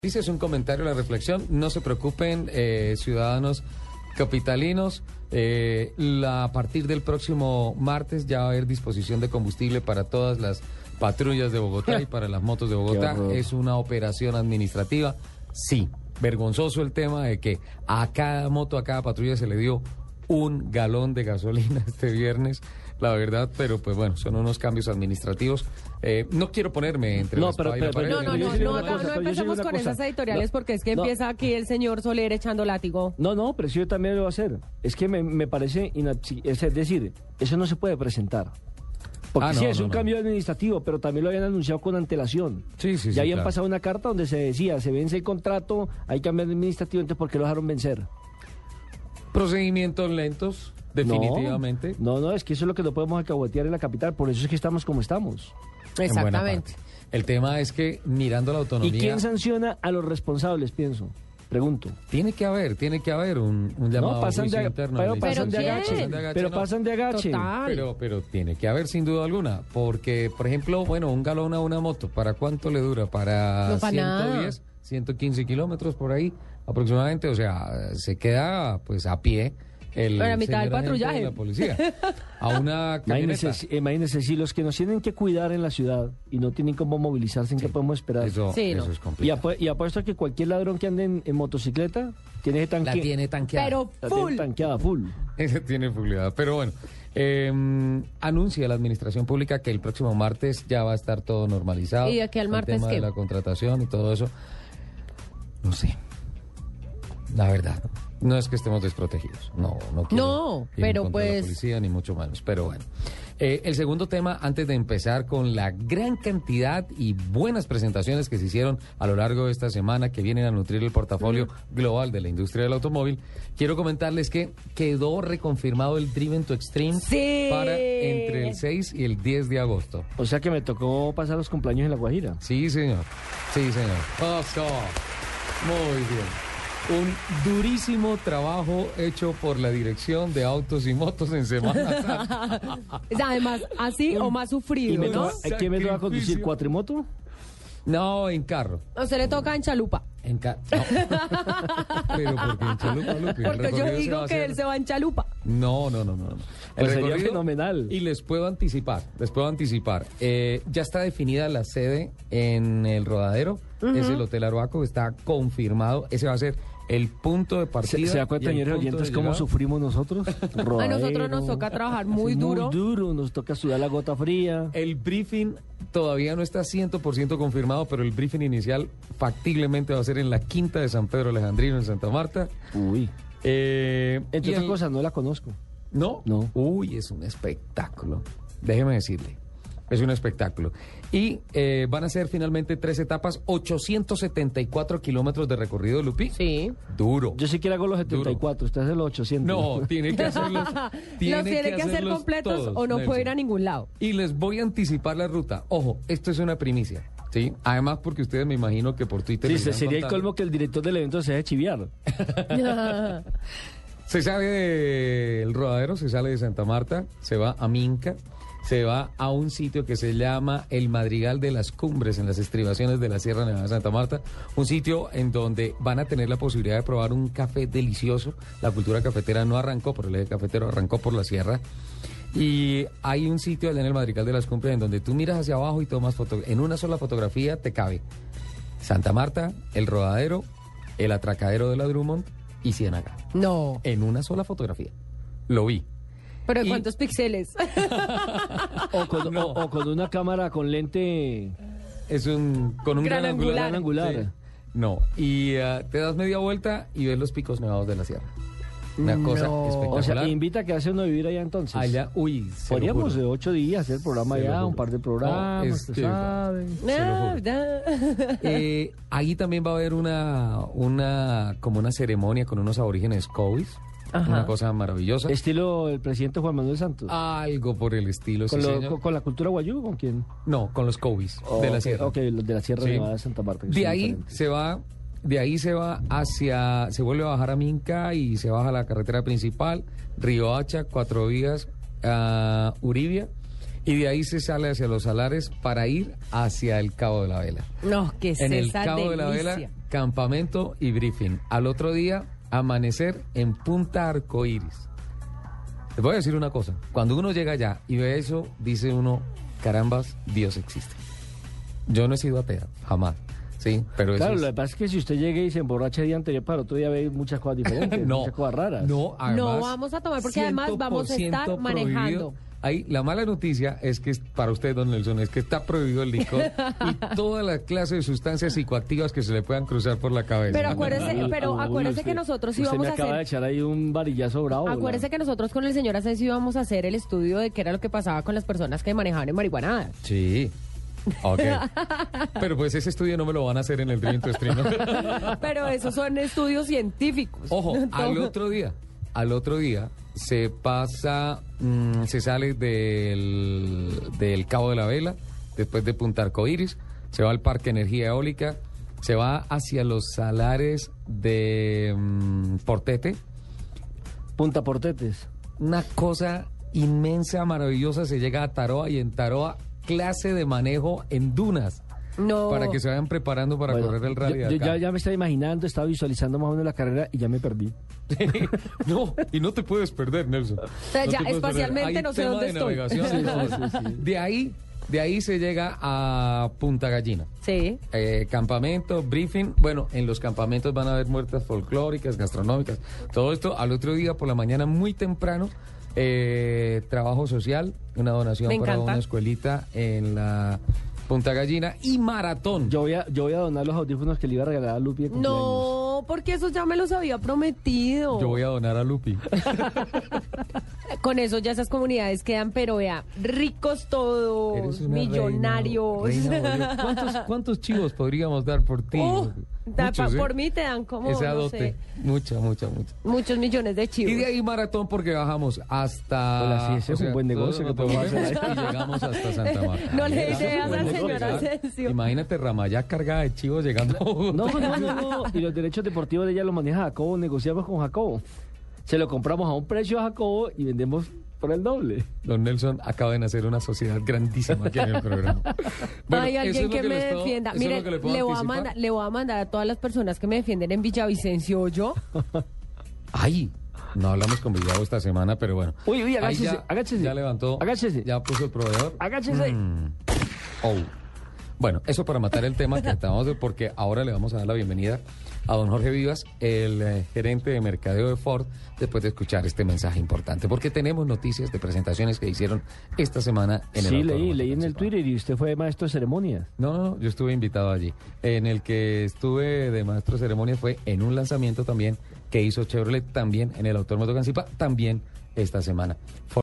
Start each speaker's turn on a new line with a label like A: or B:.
A: Dice es un comentario, la reflexión. No se preocupen, eh, ciudadanos capitalinos. Eh, la- a partir del próximo martes ya va a haber disposición de combustible para todas las patrullas de Bogotá y para las motos de Bogotá.
B: horror.
A: Es una operación administrativa. Sí, vergonzoso el tema de que a cada moto, a cada patrulla se le dio un galón de gasolina este viernes. La verdad, pero pues bueno, son unos cambios administrativos. Eh, no quiero ponerme entre
B: No,
A: la espada
B: pero-
A: y la
B: pero-
A: pared.
B: pero-
C: Pues No, no,
B: yo
C: no,
B: digo
C: no,
B: una
C: no,
B: cosa,
C: no
B: yo digo
C: empezamos
B: una
C: con
B: cosa.
C: esas editoriales
B: No,
C: porque es que
B: no.
C: empieza aquí el señor Soler echando látigo.
B: No, no, pero sí, yo también lo voy a hacer. Es que me, me parece, inapsi- es es decir, eso no se puede presentar. Porque
A: Ah,
B: sí,
A: no,
B: es
A: no,
B: un
A: no.
B: cambio administrativo, pero también lo habían anunciado con antelación.
A: Sí, sí, sí,
B: Ya habían
A: claro.
B: pasado una carta donde se decía, se vence el contrato, hay cambio administrativo, entonces ¿por qué lo dejaron vencer?
A: Procedimientos lentos,
B: No,
A: definitivamente.
B: No, no, es que eso es lo que no podemos acahuetear en la capital, por eso es que estamos como estamos.
A: en buena
C: Exactamente.
A: parte. El tema es que mirando la
B: ¿Y
A: autonomía,
B: quién sanciona a los responsables, pienso? Pregunto.
A: tiene que haber, tiene que haber un, un llamado
B: no,
A: a
B: pasan
A: juicio
B: de,
A: interno.
B: pero
A: al
B: pasan de
A: Ministerio
C: ¿Pero
B: agache,
C: quién?
B: pero
A: no.
B: pasan de agache.
C: Total.
A: Pero, pero tiene que haber sin duda alguna, porque por ejemplo, bueno, un galón a una moto, ¿para cuánto le dura? Para
C: No, pa'
A: 110, 115 kilómetros por ahí aproximadamente, o sea, se queda pues a pie el
C: Pero a mitad del
A: señor agente
C: patrullaje.
A: de la policía a una camioneta.
B: Imagínense, si- imagínense si los que nos tienen que cuidar en la ciudad y no tienen cómo movilizarse, ¿en qué podemos esperar?
A: Eso,
C: Sí,
A: eso
C: no.
A: es
B: y,
A: complicado.
B: apue- y apuesto a que cualquier ladrón que ande en, en motocicleta tiene que
A: La
B: tanque,
A: tiene tanqueada.
C: Pero
B: la tiene
C: full.
B: tanqueada full.
A: Ese tiene publicidad. Pero bueno, eh, anuncia la administración pública que el próximo martes ya va a estar todo normalizado.
C: ¿Y de aquí al
A: El
C: martes
A: tema de
C: qué?
A: la contratación y todo eso. No sé. La verdad. No es que estemos desprotegidos. No, no quiero
C: No,
A: ir en
C: pero
A: contra de la
C: pues-
A: policía, ni mucho menos. Pero bueno. Eh, el segundo tema, antes de empezar con la gran cantidad y buenas presentaciones que se hicieron a lo largo de esta semana que vienen a nutrir el portafolio global de la industria del automóvil, quiero comentarles que quedó reconfirmado el Driven to Extreme
C: Sí.
A: para entre el 6 y el 10 de agosto.
B: O sea que me tocó pasar los cumpleaños en La Guajira.
A: Sí, señor. Sí, señor. Eso. Muy bien. Un durísimo trabajo hecho por la dirección de autos y motos en Semana Santa. Ah,
C: Es Además, así o más
B: ¿Y
C: sufrido,
B: me
C: ¿no?
B: to- ¿a quién me toca conducir?
A: Sacrificio.
B: ¿Cuatrimoto?
A: No, en carro.
C: A usted le toca en chalupa.
A: En ca- no. Pero porque en Chalupa, Lupi, el
C: Porque yo
A: recorrido se va
C: digo
A: a
C: que
A: hacer-
C: él se va en chalupa.
A: No, no, no, no. no.
B: Pues sería fenomenal.
A: Y les puedo anticipar, les puedo anticipar. Eh, ya está definida la sede en el rodadero, es el Hotel Arbaco, está confirmado. Ese va a ser el punto de
B: ¿Se,
A: partida.
B: se da
A: y
B: cuenta,
A: el
B: señores
A: punto de
B: oyentes, cómo
A: llegada.
B: sufrimos nosotros?
C: A nosotros
B: Rodadero,
C: nos toca trabajar
B: así
C: muy duro.
B: Muy duro, nos toca sudar la gota fría.
A: El briefing todavía no está 100% confirmado, pero el briefing inicial factiblemente va a ser en la quinta de San Pedro Alejandrino, en Santa Marta.
B: Uy.
A: Eh,
B: Entre
A: y
B: otras
A: el-
B: cosas, no la conozco.
A: ¿No?
B: No.
A: Uy, es un espectáculo. Déjeme decirle. Es un espectáculo. Y eh, van a ser finalmente tres etapas, 874 kilómetros de recorrido, Lupi.
C: Sí.
A: Duro.
B: Yo siquiera hago los 74, usted hace los 800.
A: No, tiene que hacerlos.
C: Los tiene que hacer
A: hacerlos
C: completos
A: todos,
C: o no
A: Nelson.
C: puede ir a ningún lado.
A: Y les voy a anticipar la ruta. Ojo, esto es una primicia. ¿sí? Además, porque ustedes me imagino que por Twitter.
B: Sí,
A: me
B: se-
A: irán
B: sería el
A: contando.
B: colmo que el director del evento se deje chiviar.
A: Se sale del rodadero, se sale de Santa Marta, se va a Minca, se va a un sitio que se llama el Madrigal de las Cumbres en las estribaciones de la Sierra Nevada de Santa Marta, un sitio en donde van a tener la posibilidad de probar un café delicioso. La cultura cafetera no arrancó por el eje cafetero, arrancó por la sierra. Y hay un sitio allá en el Madrigal de las Cumbres en donde tú miras hacia abajo y tomas foto. En una sola fotografía te cabe Santa Marta, el rodadero, el atracadero de la Drummond y Ciénaga
C: No.
A: en una sola fotografía. Lo vi.
C: Pero
A: Y-
C: ¿de ¿cuántos píxeles?
B: O con,
A: No.
B: o- o con una cámara con lente.
A: Es un con un gran,
C: Gran angular.
B: Gran angular.
A: Sí. No, y ah, te das media vuelta y ves los picos nevados de la sierra. Una cosa
C: No.
A: espectacular.
B: Mm, O sea, invita a quedarse uno a vivir allá entonces.
A: allá, uy, se lo
B: Podríamos
A: juro.
B: de ocho días hacer programa
A: Se lo
B: allá,
A: juro.
B: un par de programas.
A: No, este, es
B: tú
A: que-
B: sabes.
A: Se lo juro.
C: Ah, ya.
A: Eh, ahí también va a haber una, una como una ceremonia con unos aborígenes Cowboys.
C: Ajá.
A: Una cosa maravillosa.
B: Estilo el presidente Juan Manuel Santos.
A: Algo por el estilo.
B: con,
A: Ah, pues sí,
B: lo-
A: señor.
B: con- con la cultura guayú, ¿con quién?
A: No, con los Cowboys
B: Oh,
A: de la
B: ok,
A: sierra.
B: Ok, los de la Sierra
A: Sí.
B: Nevada de Santa Marta. que
A: De
B: son
A: ahí
B: diferentes.
A: se va, de ahí se va hacia, se vuelve a bajar a Minca y se baja a la carretera principal, Río Hacha, Cuatro Vías, a Uribia. y de ahí se sale hacia los salares para ir hacia el Cabo de la Vela.
C: No, que es
A: en el
C: esa
A: Cabo de la
C: delicia.
A: Vela, campamento y briefing. Al otro día, amanecer en Punta Arcoíris. Les voy a decir una cosa. Cuando uno llega allá y ve eso, dice uno, carambas, Dios existe. Yo no he sido atea, jamás. Sí, pero eso
B: Claro,
A: Pues es-
B: lo que pasa es que si usted llega y se emborracha el día anterior para otro día ve muchas cosas diferentes,
A: no,
B: muchas cosas raras.
A: No,
C: No
A: además,
C: vamos a tomar, porque además vamos a estar
A: 100%
C: manejando.
A: prohibido. Ahí, la mala noticia es que, es- para usted, don Nelson, es que está prohibido el licor y toda la clase de sustancias psicoactivas que se le puedan cruzar por la cabeza.
C: Pero acuérdese,
B: Uy,
C: pero
B: uy,
C: acuérdese que
B: ah, usted-
C: nosotros
B: usted
C: íbamos
B: me
C: a
B: acaba de
C: hacer.
B: echar ahí un varillazo
A: Oh,
B: bravo. la-
C: Acuérdese que nosotros con el señor Asensio íbamos a hacer el estudio de qué era lo que pasaba con las personas que manejaban en marihuanadas.
A: Sí. Ok. Pero pues ese estudio no me lo van a hacer en el Dream to Stream.
C: Pero esos son estudios científicos.
A: Ojo, al
C: Todo-
A: otro día, al otro día se pasa, mm, se sale del, del Cabo de la Vela, después de Punta Arcoíris, se va al Parque Energía Eólica, se va hacia los salares de mm, Portete,
B: Punta Portetes.
A: una cosa inmensa, maravillosa, se llega a Taroa y en Taroa clase de manejo en dunas.
C: No.
A: Para que se vayan preparando para
B: Bueno,
A: correr el rally.
B: yo-
A: de
B: yo
A: acá.
B: ya, ya me estaba imaginando, estaba visualizando más o menos la carrera y ya me perdí.
A: no, y no te puedes perder, Nelson.
C: sea,
A: No
C: ya
A: te puedes
C: espacialmente
A: Hay
C: no sé
A: tema
C: dónde
A: de
C: estoy.
A: navegación,
B: Sí,
A: no,
B: sí, sí.
A: De ahí, de ahí se llega a Punta Gallina.
C: Sí.
A: Eh, campamento, briefing. Bueno, en los campamentos van a haber muertas folclóricas, gastronómicas. Todo esto al otro día por la mañana muy temprano. eh, trabajo social, una donación
C: Me
A: para
C: encanta.
A: una escuelita en la Punta Gallina y maratón.
B: Yo voy a, yo voy a donar los audífonos que le iba a regalar a Lupi de cumpleaños.
C: No, porque esos ya me los había prometido.
A: Yo voy a donar a Lupi.
C: Con eso ya esas comunidades quedan, pero vea, ricos
A: Eres
C: todos,
A: una
C: millonarios.
A: reina, reina Bolívar. ¿Cuántos, cuántos chivos podríamos dar por ti?
C: Uh, da
A: Muchos,
C: pa-
A: ¿eh?
C: Por mí te dan como,
A: Esa
C: no
A: dote.
C: sé,
A: Mucha, mucha, mucha.
C: muchos millones de chivos.
A: Y de ahí maratón porque bajamos hasta.
B: Hola, sí, ese es un buen
A: todo
B: negocio
A: lo
B: que podemos
A: comemos
B: hacer ahí.
A: Y llegamos hasta Santa Marta.
C: No le
A: Ese es un
C: ideas
A: buen
C: al
A: negocio,
C: señor
A: ¿verdad?
C: Asensio.
A: Imagínate Ramayá cargada de chivos llegando. a Bogotá.
B: No, no, no, no. Y los derechos deportivos de ella los maneja Jacobo, negociamos con Jacobo. Se lo compramos a un precio a Jacobo y vendemos por el doble.
A: Don Nelson acaba de nacer una sociedad grandísima aquí en el programa. Bueno,
C: Hay
A: eso es
C: alguien
A: lo
C: que, me
A: les puedo-
C: defienda.
A: eso es lo
C: Mire,
A: que puedo
C: le voy, a
A: anticipar.
C: mandar, le voy a mandar a todas las personas que me defienden en Villavicencio yo.
A: Ay, no hablamos con Villavo esta semana, pero bueno.
B: Uy, uy, agáchese,
A: Ahí ya-
B: agáchese.
A: Ya levantó.
B: Agáchese.
A: Ya puso el proveedor.
B: Agáchese.
A: Mm. Oh. Bueno, eso para matar el tema que estamos de, porque ahora le vamos a dar la bienvenida a don Jorge Vivas, el eh, gerente de mercadeo de Ford, después de escuchar este mensaje importante, porque tenemos noticias de presentaciones que hicieron esta semana en el
B: sí, leí,
A: Autódromo
B: leí en el
A: Principal.
B: Twitter y usted fue maestro de ceremonias.
A: No, no, no, yo estuve invitado allí. En el que estuve de maestro de ceremonia fue en un lanzamiento también que hizo Chevrolet, también en el Autódromo de Cancipa, también esta semana. Fue